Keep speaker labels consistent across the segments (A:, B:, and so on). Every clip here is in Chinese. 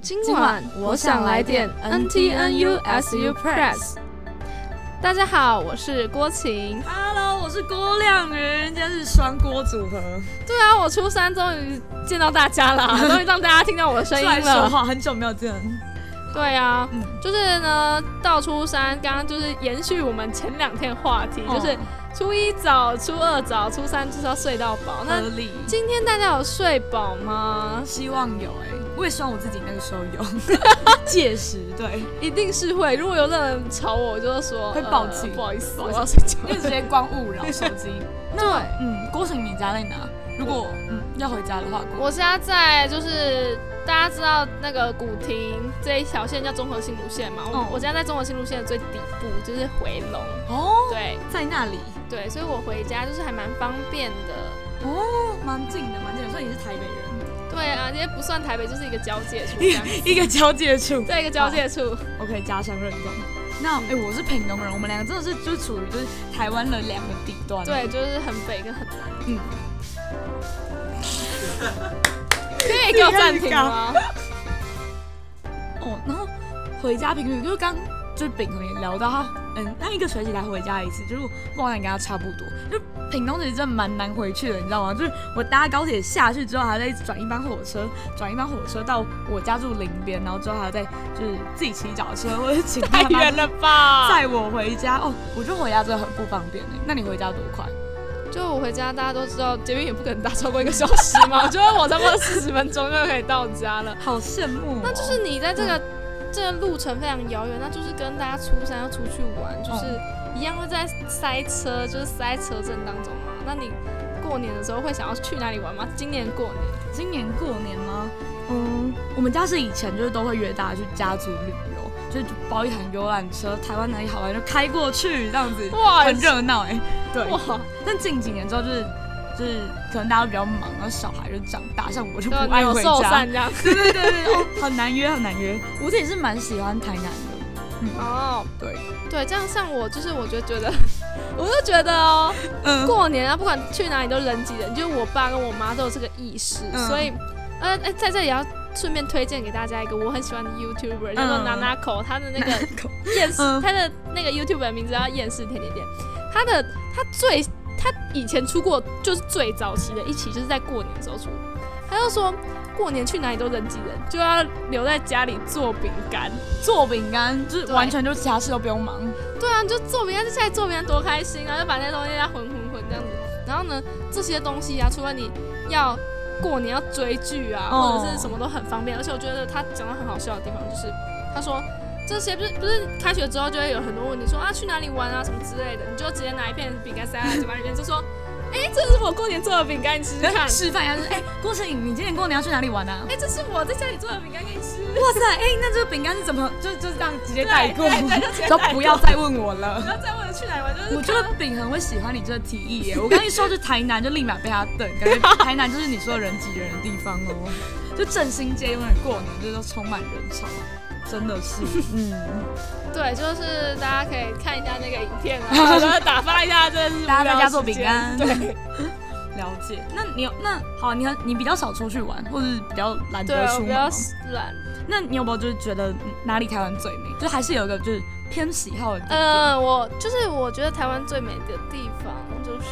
A: 今晚我想来点 NTNU SU Press。大家好，我是郭晴。
B: Hello，我是郭亮云，今天是双锅组合，
A: 对啊，我初三终于见到大家 啦，终于让大家听到我的声
B: 出来
A: 音
B: 说
A: 了。
B: 话，很久没有见。
A: 对啊，
B: 嗯
A: 就是呢，到初三，刚刚就是延续我们前两天话题，
B: 哦
A: 就是初一早、初二早、初三就是要睡到饱。那
B: 合理，
A: 今天大家有睡饱吗？
B: 希望有哎、我也希望我自己那个时候有， 届时对，
A: 一定是会。如果有任何人吵我，我就会说
B: 会暴气
A: 呃不好意思，
B: 不好
A: 我
B: 意思
A: 要睡觉。
B: 因为直接光勿扰手 机。
A: 对，
B: 嗯，郭晨，你家在哪？如果嗯要回家的话，郭
A: 我现在在就是大家知道那个古亭这一条线叫综合新路线嘛，我、
B: 嗯
A: 我现在在综合新路线的最底部，就是回龙。
B: 哦
A: 对
B: 在那里
A: 对，所以我回家就是还蛮方便的。
B: 哦，蛮近的，蛮近的，所以你是台北人，
A: 对啊，也不算台北，就是一个交界处这样子。
B: 一个交界处
A: 对，一个交界处。
B: ，OK，家乡认同。那哎、我是屏东人，我们两个真的是就处于就是台湾的两个底端。
A: 对，就是很北跟很南。
B: 嗯
A: 嗯。可以给我暂停吗？
B: 哦，然后回家频率就是刚就是秉恒也聊到他，嗯，他一个学期才回家一次，就是我好像跟他差不多，就是屏东其实真的蛮难回去的，你知道吗？就是我搭高铁下去之后，还要再转一班火车，转一班火车到我家住林边，然后之后还要再就是自己骑脚车或者请
A: 太
B: 他妈
A: 远了吧！
B: 载我回家。哦，我觉得回家真的很不方便哎，那你回家多快？
A: 就我回家，大家都知道捷运也不可能搭超过一个小时嘛，我觉得我差不多四十分钟就可以到家了。
B: 好羡慕、哦
A: 那就是你在
B: 嗯
A: 这个、这个路程非常遥远，那就是跟大家初三要出去玩，
B: 嗯
A: 就是一样会在塞车，就是塞车阵当中嘛。那你过年的时候会想要去哪里玩吗？今年过年
B: 今年过年吗？嗯，我们家是以前就是都会约大家去家族旅游，就是包一台游览车，台湾哪里好玩就开过去这样子，
A: 哇
B: 很热闹哎。对，
A: 哇，
B: 但近几年之后就是就是可能大家都比较忙，然后小孩就长大，像我就不
A: 对，啊
B: 爱
A: 鸟
B: 回
A: 兽
B: 家
A: 散。这样。
B: 对对对对，哦，很难约很难约。我自己是蛮喜欢台南的，
A: 哦，
B: 对，
A: 对，这样像我就是，我就觉得， 我就觉得哦，
B: 嗯，
A: 过年啊，不管去哪里都人挤人，就是我爸跟我妈都有这个意识，
B: 嗯
A: 所以，呃，哎在这里要顺便推荐给大家一个我很喜欢的 YouTuber，叫做
B: 嗯
A: Nanako，、他的那个厌世，
B: 嗯
A: 他的那个 YouTuber 的名字叫厌世甜甜店，他的他最他以前出过就是最早期的一期，就是在过年的时候出，他就说过年去哪里都人挤人，就要留在家里做饼干。
B: 做饼干就是
A: 对
B: 完全就其他事都不用忙。
A: 对啊，你就做饼干，就现在做饼干多开心啊！就把那些东西啊混混混这样子。然后呢，这些东西啊，除了你要过年要追剧啊，
B: 哦
A: 或者是什么都很方便。而且我觉得他讲到很好笑的地方就是，他说这些不是不是开学之后就会有很多问题说啊去哪里玩啊什么之类的，你就直接拿一片饼干塞在嘴巴里面，就说。哎，这是我过年做的饼干，你试试 看。
B: 示范一下，就是哎，郭摄颖，你今年过年要去哪里玩啊？
A: 哎，这是我在家里做的饼干，给你吃。
B: 哇塞，哎、那这个饼干是怎么就就这样直接带过？
A: 对对对就直接带
B: 都
A: 过
B: 不要再问我
A: 不
B: 了。
A: 要再问了去哪里玩，就是
B: 我觉得饼很会喜欢你这个提议耶！我刚一说就台南，就立马被他瞪，感觉台南就是你说的人挤人的地方 哦。就振兴街永远过年就是都充满人潮，真的 是。嗯，
A: 对，就是大家可以看一下那个影片啊， 然后打发一下这是无
B: 大家在
A: 聊
B: 家做
A: 时间
B: 饼干
A: 对。
B: 了解。那你有那好，你很你比较少出去玩，或者是比较懒
A: 对啊
B: 得，
A: 我
B: 出
A: 比
B: 门
A: 较
B: 吗。
A: 懒。
B: 那你有没有就是觉得哪里台湾最美？就还是有一个就是偏喜好的地点，
A: 呃，我就是我觉得台湾最美的地方就是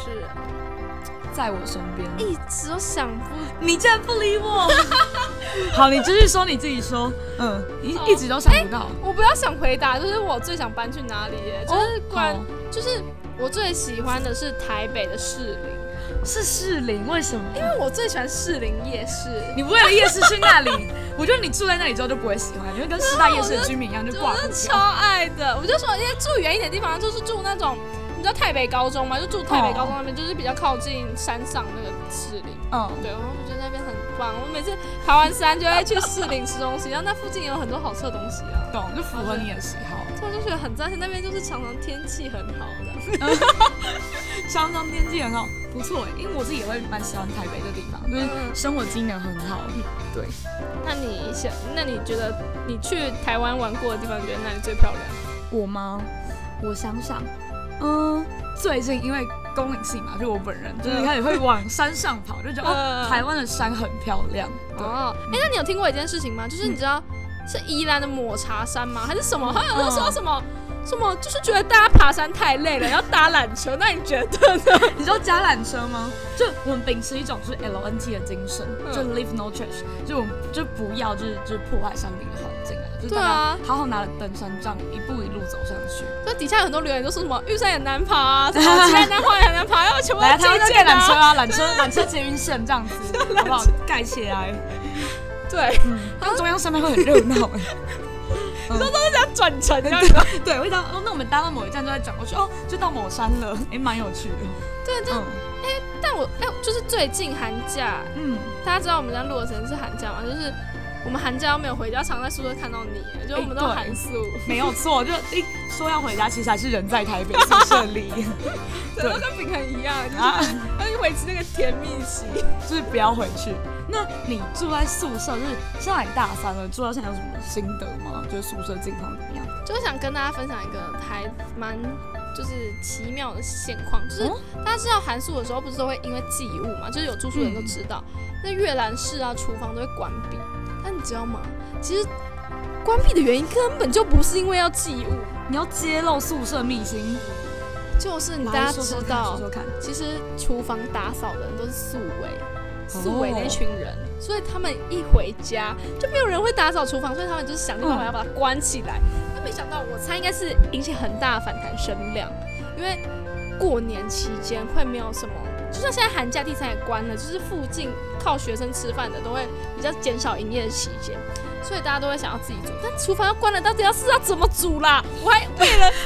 B: 在我身边。
A: 一直都想不
B: 你竟然不理我！ 好，你继续说，你自己说。嗯，一
A: 好
B: 一直都想不到。
A: 我不要想回答，就是我最想搬去哪里耶？就是关，
B: 哦好
A: 就是我最喜欢的是台北的士林，
B: 哎是士林，为什么？
A: 因为我最喜欢士林夜市。
B: 你为了夜市去那里， 我觉得你住在那里之后就不会喜欢，你会跟师大夜市的居民一样，就挂
A: 我
B: 不
A: 是
B: 起
A: 超爱的，我就说，因为住远一点的地方，就是住那种，你知道台北高中吗？就住台北高中那边，就是比较靠近山上那个士林。
B: 嗯，
A: 对，然后我觉得那边很棒。我每次爬完山就会去士林吃东西，然后那附近也有很多好吃的东西啊。
B: 懂，就符合你的喜好。
A: 所以我就觉得很赞，那边就是常常天气很好的。
B: 相当嗯天气很好，不错哎，因为我自己也会蛮喜欢台北的地方，就是
A: 嗯
B: 生活机能很好。对，
A: 那你想，那你觉得你去台湾玩过的地方，你觉得哪里最漂亮？
B: 我吗？我想想，嗯，最近因为公领系嘛，就我本人就是
A: 嗯
B: 开始会往山上跑，就觉得哦，
A: 嗯
B: 台湾的山很漂亮。对，
A: 哦，哎、那你有听过一件事情吗？就是你知道是宜兰的抹茶山吗？还是什么？好像都说什么、什么，就是觉得大家爬山太累了，要搭缆车。那你觉得 呢？
B: 你知道加缆车吗？就我们秉持一种就是 L N T 的精神，
A: 嗯
B: 就 Leave No Trace，就我们就不要就是就是破坏山林的环境啊，就是
A: 对
B: 大
A: 啊
B: 家好好拿着登山杖一步一路走上去。
A: 那底下有很多留言都说什么玉山也难爬、啊，什 么鸡蛋蛋花也很难爬，要全部
B: 来，
A: 都
B: 他们
A: 借
B: 盖
A: 鉴
B: 缆车
A: 啊。
B: 啊，缆 车缆车捷运线这样子， 好不好？盖起来，
A: 对，
B: 嗯，那中央山脉会很热 闹哎。
A: 要转乘啊这样子。
B: 对，我一想，哦，那我们搭到某一站就再转过去，哦，就到某山了，哎，蛮有趣的。
A: 对，就
B: 嗯
A: 但我哎、就是最近寒假，
B: 嗯，
A: 大家知道我们家录的时间是寒假嘛？就是我们寒假都没有回家，常在宿舍看到你，就我们都
B: 哎对
A: 寒宿，
B: 没有错，就一说要回家，其实还是人在台 北宿舍里
A: 对，都跟平衡一样，就是
B: 啊，
A: 要维持那个甜蜜期。
B: 就是不要回去。那你住在宿舍，就是现在你大三了，住到现在有什么心得吗？就是宿舍近况怎么样？
A: 就想跟大家分享一个还蛮就是奇妙的现况，就是
B: 哦
A: 大家知道寒暑的时候不是都会因为寄物嘛，就是有住宿的人都知道，
B: 嗯
A: 那阅览室啊、厨房都会关闭。但你知道吗？其实关闭的原因根本就不是因为要寄物，
B: 你要揭露宿舍秘辛，
A: 就是你
B: 来
A: 大家
B: 说
A: 知
B: 说看
A: 道
B: 说，说看。
A: 其实厨房打扫的人都是宿委。宿委那群人，所以他们一回家就没有人会打扫厨房，所以他们就是想尽办法
B: 嗯
A: 要把它关起来。那、没想到，我猜应该是引起很大的反弹声量，因为过年期间会没有什么，就像现在寒假地产也关了，就是附近靠学生吃饭的都会比较减少营业的期间。所以大家都会想要自己煮，但厨房要关了，到底要是要怎么煮啦？我还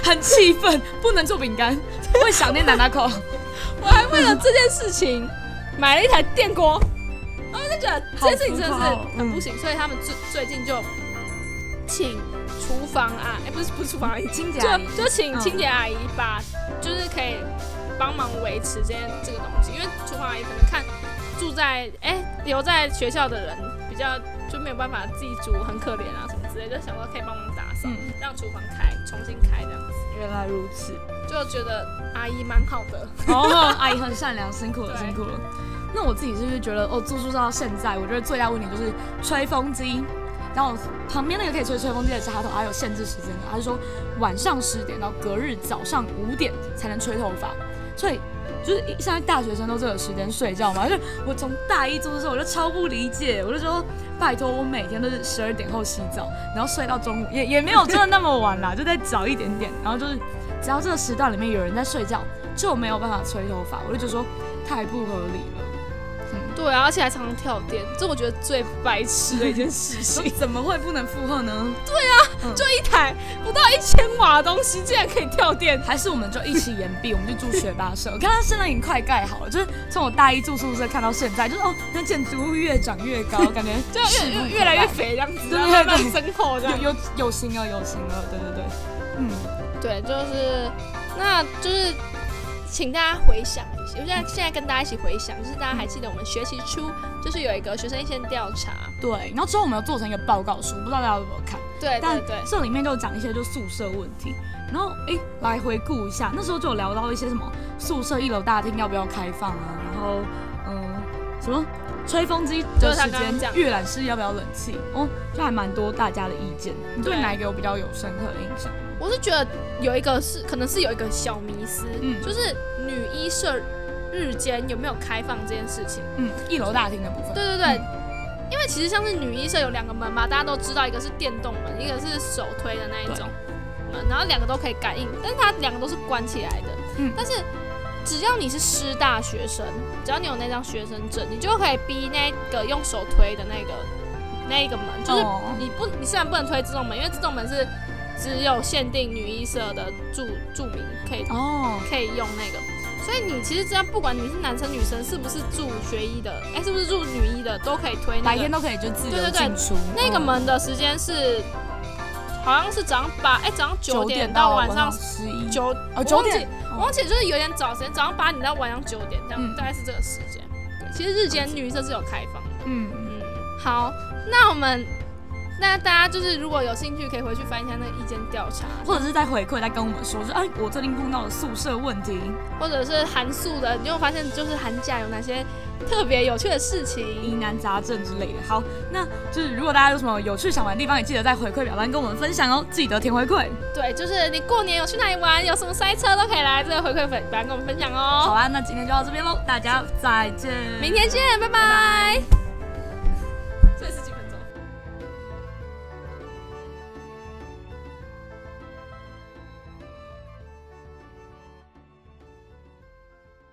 B: 很气愤，不能做饼干，会想念奶奶口。
A: 我还为了这件事情买了一台电锅，然后就觉得 这件事情真的
B: 好浮夸哦
A: 是很不行，所以他们最最近就请厨房啊，哎、不是不是厨房阿姨，
B: 清洁阿姨
A: 就就请
B: 嗯
A: 清洁阿姨把、就是可以帮忙维持这件这个东西，因为厨房阿姨可能看住在哎、留在学校的人比较就没有办法自己煮，很可怜啊什么之类，就想说可以帮忙打扫，
B: 嗯
A: 让厨房开重新开这样子，
B: 原来如此。
A: 就觉得阿姨蛮好的。
B: 哦，阿姨很善良，辛苦了，
A: 对
B: 辛苦了。那我自己就是觉得，哦，住宿到现在，我觉得最大问题就是吹风机。然后旁边那个可以吹吹风机的插头，还有限制时间的，他是说晚上十点到隔日早上五点才能吹头发，所以就是一现在大学生都这个时间睡觉嘛，就是我从大一住的时候我就超不理解，我就说拜托我每天都是十二点后洗澡，然后睡到中午，也也没有真的那么晚啦，就再早一点点，然后就是只要这个时段里面有人在睡觉，就没有办法吹头发，我就觉得说太不合理 了。
A: 对啊，而且还常常跳电，这我觉得最白痴的一件事情。
B: 说怎么会不能负荷呢？
A: 一台不到一千瓦的东西竟然可以跳电，
B: 还是我们就一起延毕，我们就住学霸 社。我看他现在已经快盖好了，就是从我大一住宿舍看到现在，就是哦，那建筑物越长越 高，感觉
A: 就越越越来越肥这样子，
B: 对
A: 然后
B: 对
A: 慢
B: 对
A: 慢增厚这样。
B: 有有有型了，有型了，对对对，嗯，
A: 对，就是，那就是，请大家回想一下，我现在现在跟大家一起回想，就是大家还记得我们学期初就是有一个学生意见调查，
B: 对。然后之后我们有做成一个报告书，不知道大家有没有看？
A: 对对
B: 但
A: 对，
B: 这里面就讲一些就宿舍问题。然后诶，来回顾一下，那时候就有聊到一些什么宿舍一楼大厅要不要开放啊，然后嗯、什么吹风机
A: 就
B: 的
A: 是他
B: 时
A: 刚刚
B: 间
A: 讲，的
B: 阅览室要不要冷气，哦，嗯就还蛮多大家的意见。你对
A: 对
B: 哪一个有比较有深刻的印象？
A: 我是觉得有一个是可能是有一个小迷思，
B: 嗯
A: 就是女医社日间有没有开放这件事情。
B: 嗯，一楼大厅的部分。
A: 对对对，因为其实像是女医社有两个门嘛，大家都知道，一个是电动门，一个是手推的那一种门，然后两个都可以感应，但是它两个都是关起来的。
B: 嗯
A: 但是只要你是师大学生，只要你有那张学生证，你就可以逼那个用手推的那个那一个门，就是
B: 哦
A: 你不你虽然不能推自动门，因为自动门是只有限定女医社的住住民可以
B: 哦，
A: 可以用那个。所以你其实这样，不管你是男生女生，是不是住学医的，哎、是不是住女医的，都可以推那
B: 白天
A: 个。
B: 都可以就自由
A: 对对对
B: 进出。
A: 那个
B: 嗯
A: 门的时间是，好像是早上八，哎、早上九点到晚上
B: 十一，
A: 九，哦
B: 哦
A: 我
B: 九
A: 忘记
B: 点，
A: 我忘记就是有点早时间，早上八点到晚上九点，这样、
B: 嗯
A: 大概是这个时间。对，其实日间女医社是有开放的。
B: 嗯，
A: 嗯，好，那我们那大家就是如果有兴趣，可以回去翻一下那个意见调查，
B: 或者是在回馈在跟我们说，说哎，我最近碰到了宿舍问题，
A: 或者是韩素的，你有发现就是寒假有哪些特别有趣的事
B: 疑
A: 情？
B: 难杂症之类的。好，那就是如果大家有什么有趣想玩的地方，也记得在回馈表单跟我们分享哦，记得填回馈。
A: 对，就是你过年有去哪里玩，有什么塞车都可以来这个回馈粉版跟我们分享
B: 好啊
A: 哦。
B: 啊，那今天就到这边喽，大家再见，
A: 明天见，拜拜